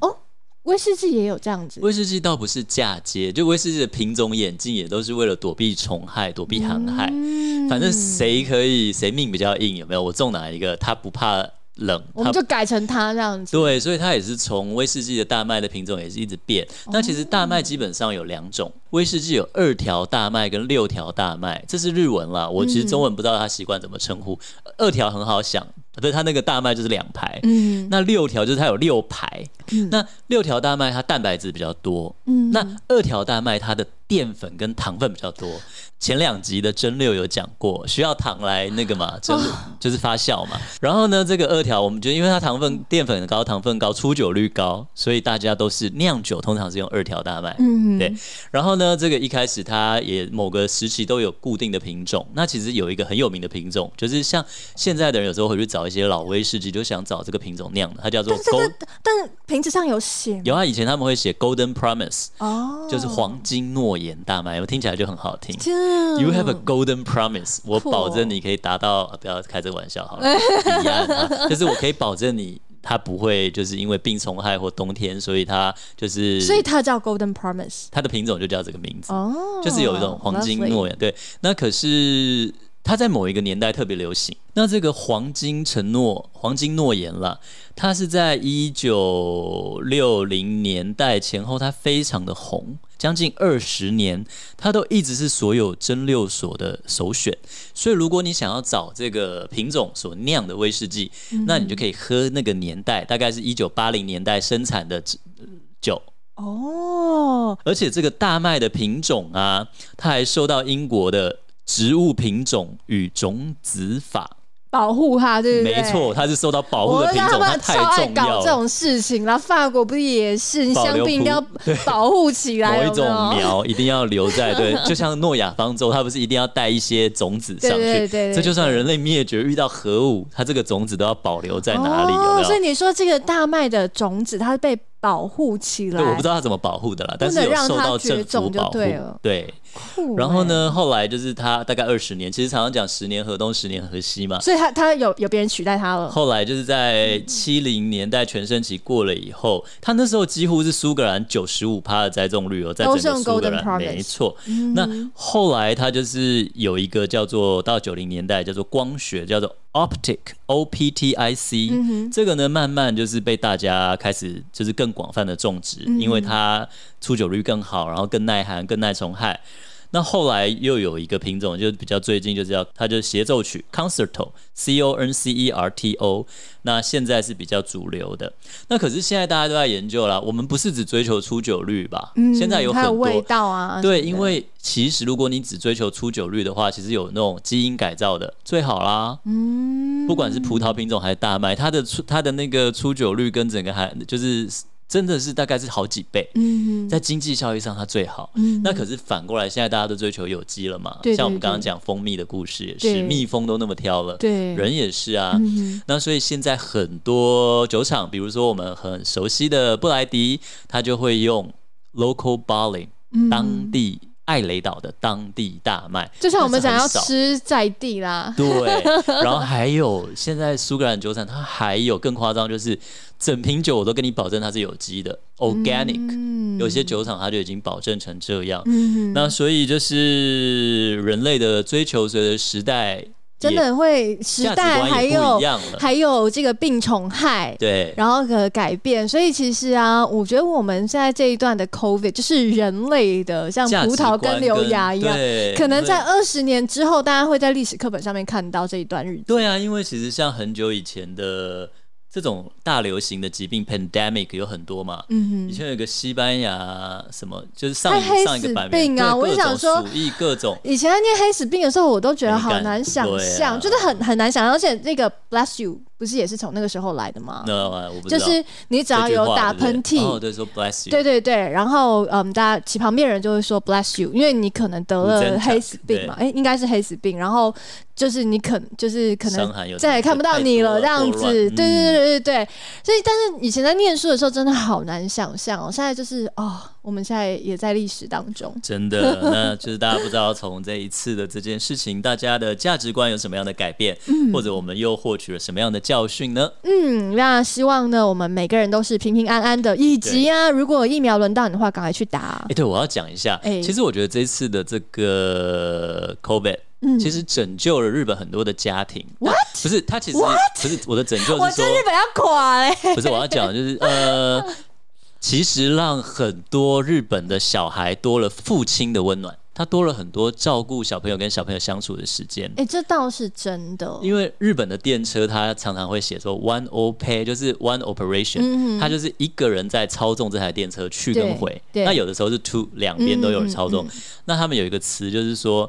S2: 威士忌也有这样子，
S1: 威士忌倒不是嫁接，就威士忌的品种演进也都是为了躲避虫害、躲避寒害。
S2: 嗯
S1: 反正谁可以谁命比较硬，有没有？我种哪一个，它不怕冷，
S2: 我
S1: 它
S2: 们就改成它这样子，
S1: 对，所以它也是从威士忌的大麦的品种也是一直变。那其实大麦基本上有两种，威士忌有二条大麦跟六条大麦，这是日文啦。我
S2: 嗯
S1: 其实中文不知道它习惯怎么称呼。二条很好想，不是它那个大麦就是两排。
S2: 嗯
S1: 那六条就是它有六排，
S2: 嗯
S1: 那六条大麦它蛋白质比较多，
S2: 嗯
S1: 那二条大麦它的淀粉跟糖分比较多。前两集的蒸馏有讲过，需要糖来那个
S2: 哦
S1: 嘛，就是、就是发酵嘛。然后呢，这个二条我们觉得，因为它糖分淀粉高，糖分高，出酒率高，所以大家都是酿酒通常是用二条大麦。
S2: 嗯，
S1: 对，然后呢，这个一开始它也某个时期都有固定的品种。那其实有一个很有名的品种，就是像现在的人有时候回去找一些老威士忌，就想找这个品种酿的，它叫做
S2: 但是这
S1: Gold。
S2: 个但瓶子上有写吗
S1: 有啊，以前他们会写 Golden Promise，
S2: 哦，
S1: 就是黄金诺言大麦，我听起来就很好听。
S2: 这
S1: You have a golden promise，我
S2: 哦
S1: 保证你可以达到，啊不要开这个玩笑好了，彼岸 啊，就是我可以保证你，它不会就是因为病虫害或冬天，所以它就是，
S2: 所以它叫 Golden Promise
S1: 它的品种就叫这个名字。
S2: 哦，
S1: 就是有一种黄金诺
S2: lovely
S1: 言。对，那可是它在某一个年代特别流行。那这个黄金承诺、黄金诺言啦，它是在一九六零年代前后，它非常的红，将近二十年，它都一直是所有蒸馏所的首选。所以，如果你想要找这个品种所酿的威士忌，那你就可以喝那个年代，大概是一九八零年代生产的呃酒。
S2: 哦，
S1: 而且这个大麦的品种啊，它还受到英国的植物品种与种子法，
S2: 保护它，对不对？
S1: 没错，。它是受到保护
S2: 我
S1: 的品
S2: 他
S1: 种，它
S2: 们超爱
S1: 太重
S2: 搞
S1: 要
S2: 这
S1: 了。
S2: 种事情啦，法国不是也是？你
S1: 保
S2: 香
S1: 留
S2: 槟一定要
S1: 葡
S2: 保护起来，
S1: 某一
S2: 有没
S1: 种
S2: 有
S1: 苗一定要留在对，就像诺亚方舟，它不是一定要带一些种子上去？
S2: 对对对对
S1: 这就算人类灭绝遇到核武，它这个种子都要保留在哪里？
S2: 哦
S1: 有
S2: 所
S1: 没
S2: 以
S1: 有？
S2: 你说这个大麦的种子，它被保护起来，
S1: 对，我不知道它怎么保护的啦，但是
S2: 不
S1: 有
S2: 能让
S1: 受
S2: 它
S1: 到
S2: 绝
S1: 政府
S2: 种就
S1: 保护
S2: 对了。
S1: 对，
S2: 酷欸
S1: 然后？呢，后来就是它大概二十年，其实常常讲十年河东，十年河西嘛。
S2: 所以它它有有别人取代它了。
S1: 后来就是在七零年代全盛期过了以后，他那时候几乎是苏格兰九十五趴的栽种率哦，在整
S2: 都是
S1: 个
S2: 用
S1: 苏格
S2: Golden
S1: 兰，
S2: Promise
S1: 没错。那后来他就是有一个叫做到九零年代叫做光学，叫做 optic O P T I C，、这个呢慢慢就是被大家开始就是更广泛的种植，因为它出酒率更好，然后更耐寒、更耐虫害。那后来又有一个品种，就是比较最近就是要，它就是协奏曲 concerto C O N C E R T O，那现在是比较主流的。那可是现在大家都在研究啦，我们不是只追求出酒率吧？
S2: 嗯
S1: 现在有很
S2: 还有
S1: 多
S2: 味道啊，
S1: 对，
S2: 什么的
S1: 因为其实如果你只追求出酒率的话，其实有那种基因改造的最好啦。
S2: 嗯
S1: 不管是葡萄品种还是大麦，它的出它的那个出酒率跟整个还就是真的是大概是好几倍。
S2: 嗯
S1: 在经济效益上它最好。
S2: 嗯
S1: 那可是反过来，现在大家都追求有机了嘛？
S2: 对对
S1: 像我们刚刚
S2: 对
S1: 讲蜂蜜的故事也
S2: 对
S1: 是，蜜蜂都那么挑了，
S2: 对
S1: 人也是啊。
S2: 嗯
S1: 那所以现在很多酒厂，比如说我们很熟悉的布莱迪，它就会用 local barley，、
S2: 嗯
S1: 当地艾雷岛的当地大麦，
S2: 就像我们想要
S1: 但是很少
S2: 吃在地啦，
S1: 对，然后还有现在苏格兰酒厂，它还有更夸张，就是整瓶酒我都跟你保证它是有机的 （organic），、
S2: 嗯
S1: 有些酒厂它就已经保证成这样。
S2: 嗯
S1: 那所以就是人类的追求，随着时代
S2: 真的会时
S1: 价值
S2: 代
S1: 观
S2: 还
S1: 也不
S2: 有
S1: 一样了。
S2: 还有这个病虫害，
S1: 对，
S2: 然后呃改变，所以其实啊，我觉得我们现在这一段的 COVID 就是人类的像
S1: 价
S2: 葡
S1: 值
S2: 萄
S1: 观
S2: 跟瘤牙一样，
S1: 对
S2: 可能在
S1: 因为
S2: 二十年之后，大家会在历史课本上面看到这一段日子。
S1: 对啊，因为其实像很久以前的这种大流行的疾病 pandemic 有很多嘛。以
S2: 嗯哼，
S1: 前有一个西班牙什么，就是上
S2: 还黑
S1: 上一个
S2: 死
S1: 版
S2: 病
S1: 面
S2: 啊我就想说
S1: 鼠疫各种，
S2: 以前在念黑死病的时候，我都觉得好
S1: 敏感
S2: 难想
S1: 对啊
S2: 象，就是很很难想象。而且那个 bless you 不是也是从那个时候来的吗？
S1: 那我不知
S2: 就
S1: 道。
S2: 是你只要
S1: 这句
S2: 有
S1: 话
S2: 打
S1: 对不对
S2: 喷嚏，
S1: 哦，对，说 bless you，
S2: 对对对，然后嗯，大家其旁边人就会说 bless you，因为你可能得了
S1: Who's
S2: 黑死病嘛，哎，应该是黑死病，然后就是你可就是可
S1: 伤
S2: 能
S1: 寒有
S2: 再也看不到你了这样子，对
S1: 嗯
S2: 对对对对对，所以但是以前在念书的时候真的好难想象哦，现在就是哦，我们现在也在历史当中，
S1: 真 的，那就是大家不知道从这一次的这件事情，大家的价值观有什么样的改变，或者我们又获取了什么样的教训呢？
S2: 嗯，那希望呢我们每个人都是平平安安的，以及啊，如果疫苗轮到你的话，赶快去打
S1: 哎、，对，我要讲一下，
S2: 哎
S1: 其实我觉得这次的这个 COVID，、
S2: 嗯，
S1: 其实拯救了日本很多的家庭。
S2: What？
S1: 不是，他其实不是我的拯救
S2: 我
S1: 是
S2: 在
S1: 说，
S2: 日本要垮嘞、
S1: 不是我要讲的就是 呃，其实让很多日本的小孩多了父亲的温暖，他多了很多照顾小朋友跟小朋友相处的时间。
S2: 哎、这倒是真的，
S1: 因为日本的电车，它常常会写说 one o pay，就是 one operation，、
S2: 嗯哼
S1: 它就是一个人在操纵这台电车去跟回。
S2: 对对
S1: 那有的时候是 two，两边都有人操纵。
S2: 嗯嗯
S1: 那他们有一个词就是说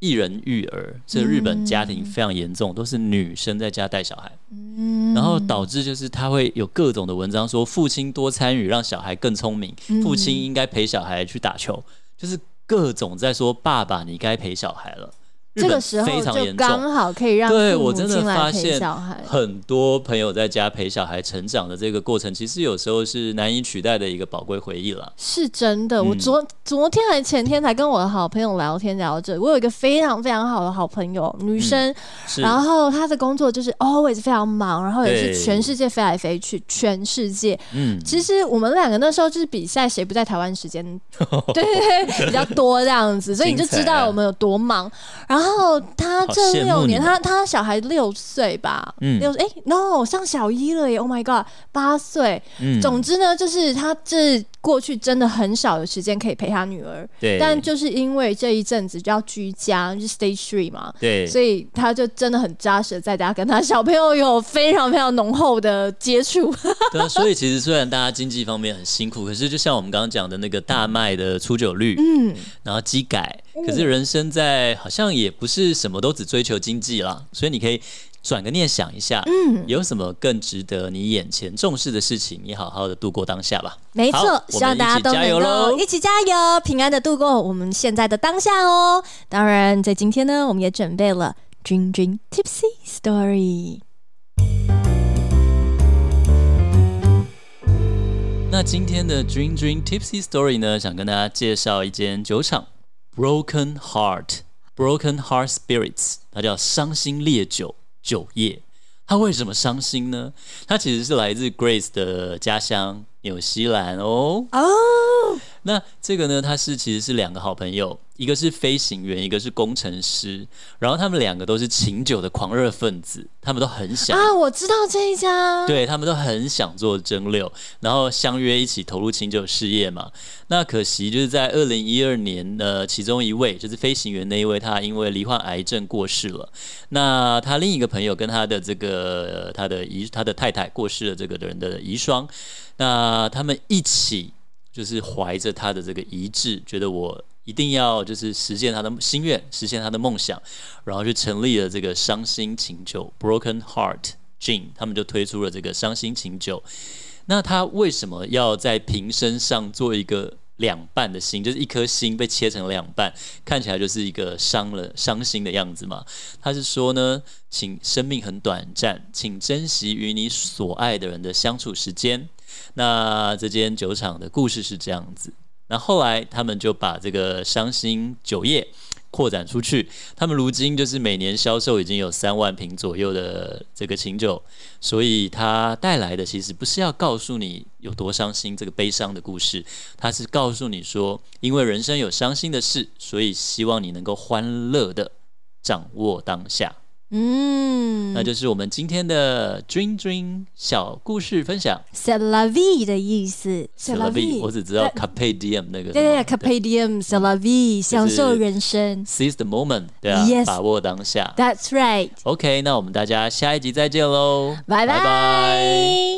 S1: 一人育儿，这日本家庭非常严重，都是女生在家带小孩，
S2: 嗯
S1: 然后导致就是他会有各种的文章说父亲多参与让小孩更聪明，
S2: 嗯
S1: 父亲应该陪小孩去打球，就是各种在说爸爸你该陪小孩了。日
S2: 这个
S1: 本
S2: 时
S1: 非
S2: 候
S1: 常
S2: 就
S1: 严重。
S2: 刚好可以让
S1: 对
S2: 父母
S1: 我真的
S2: 亲来
S1: 发
S2: 陪
S1: 现
S2: 小孩。
S1: 很多朋友在家陪小孩成长的这个过程，其实有时候是难以取代的一个宝贵回忆了。
S2: 是真的，我
S1: 嗯
S2: 昨昨天还前天才跟我的好朋友聊天聊这，我有一个非常非常好的好朋友，女生，
S1: 嗯是，
S2: 然后她的工作就是 always 非常忙，然后也
S1: 对
S2: 是全世界飞来飞去，全世界。
S1: 嗯，
S2: 其实我们两个那时候就是比赛谁不在台湾时间， 对对对，比较多这样子，所以你就知
S1: 精彩啊
S2: 道我们有多忙。然后她
S1: 好羡
S2: 这
S1: 慕
S2: 六
S1: 你
S2: 年，
S1: 们
S2: 她她小孩六岁吧，
S1: 嗯
S2: 六哎、no 上小一了耶，Oh my god，八岁。
S1: 嗯
S2: 总之呢，就是他这过去真的很少有时间可以陪他女儿，
S1: 对，
S2: 但就是因为这一阵子就要居家，就是 stay three 嘛。
S1: 对，
S2: 所以他就真的很扎实，在家跟他小朋友有非常非常浓厚的接触。
S1: 对啊，所以其实虽然大家经济方面很辛苦，可是就像我们刚刚讲的那个大麦的出酒率，
S2: 嗯，
S1: 然后机改，可是人生在好像也不是什么都只追求经济啦，所以你可以转个念想一下，嗯，有什么更值得你眼前重视的事情，你好好的度过当下吧。
S2: 没错
S1: 好，
S2: 希望大家都
S1: 我们一起加
S2: 能
S1: 油
S2: 够
S1: 喽
S2: 一起加油，平安的度过我们现在的当下哦。当然，在今天呢，我们也准备了 Dream Dream Tipsy Story。
S1: 那今天的 Dream Dream Tipsy Story 呢，想跟大家介绍一间酒厂 Broken Heart Broken Heart Spirits，它叫伤心烈酒酒业。它为什么伤心呢？它其实是来自 Grace 的家乡纽西兰哦。
S2: 哦，
S1: 那这个呢，他是其实是两个好朋友，一个是飞行员，一个是工程师，然后他们两个都是琴酒的狂热分子，他们都很想。
S2: 啊，我知道这一家。
S1: 对他们都很想做蒸馏，然后相约一起投入清酒事业嘛。那可惜就是在二零一二年，呃，其中一位就是飞行员那一位，他因为罹患癌症过世了。那他另一个朋友跟他的这个呃他的遗他的太太过世了，这个人的遗孀，那他们一起就是怀着他的这个遗志，觉得我。一定要就是实现他的心愿，实现他的梦想，然后就成立了这个伤心琴酒 （Broken Heart Gin），他们就推出了这个伤心琴酒。那他为什么要在瓶身上做一个两半的心，就是一颗心被切成两半，看起来就是一个伤了伤心的样子嘛？他是说呢，请生命很短暂，请珍惜与你所爱的人的相处时间。那这间酒厂的故事是这样子。那后来他们就把这个伤心酒业扩展出去，他们如今就是每年销售已经有三万瓶左右的这个琴酒，所以它带来的其实不是要告诉你有多伤心这个悲伤的故事，它是告诉你说，因为人生有伤心的事，所以希望你能够欢乐的掌握当下。
S3: 嗯，
S1: 那就是我们今天的 Dream Dream 小故事分享。
S2: C'est la vie 的意思，
S1: c e l a v 我只知道 Cape Diem 那个什么。
S2: 对对对 c a p e d i u m C'est la vie，享受人生。
S1: Seize the moment，对啊
S2: Yes
S1: 把握当下。
S2: That's right，
S1: OK，那我们大家下一集再见喽，
S2: 拜
S1: 拜拜
S2: 拜。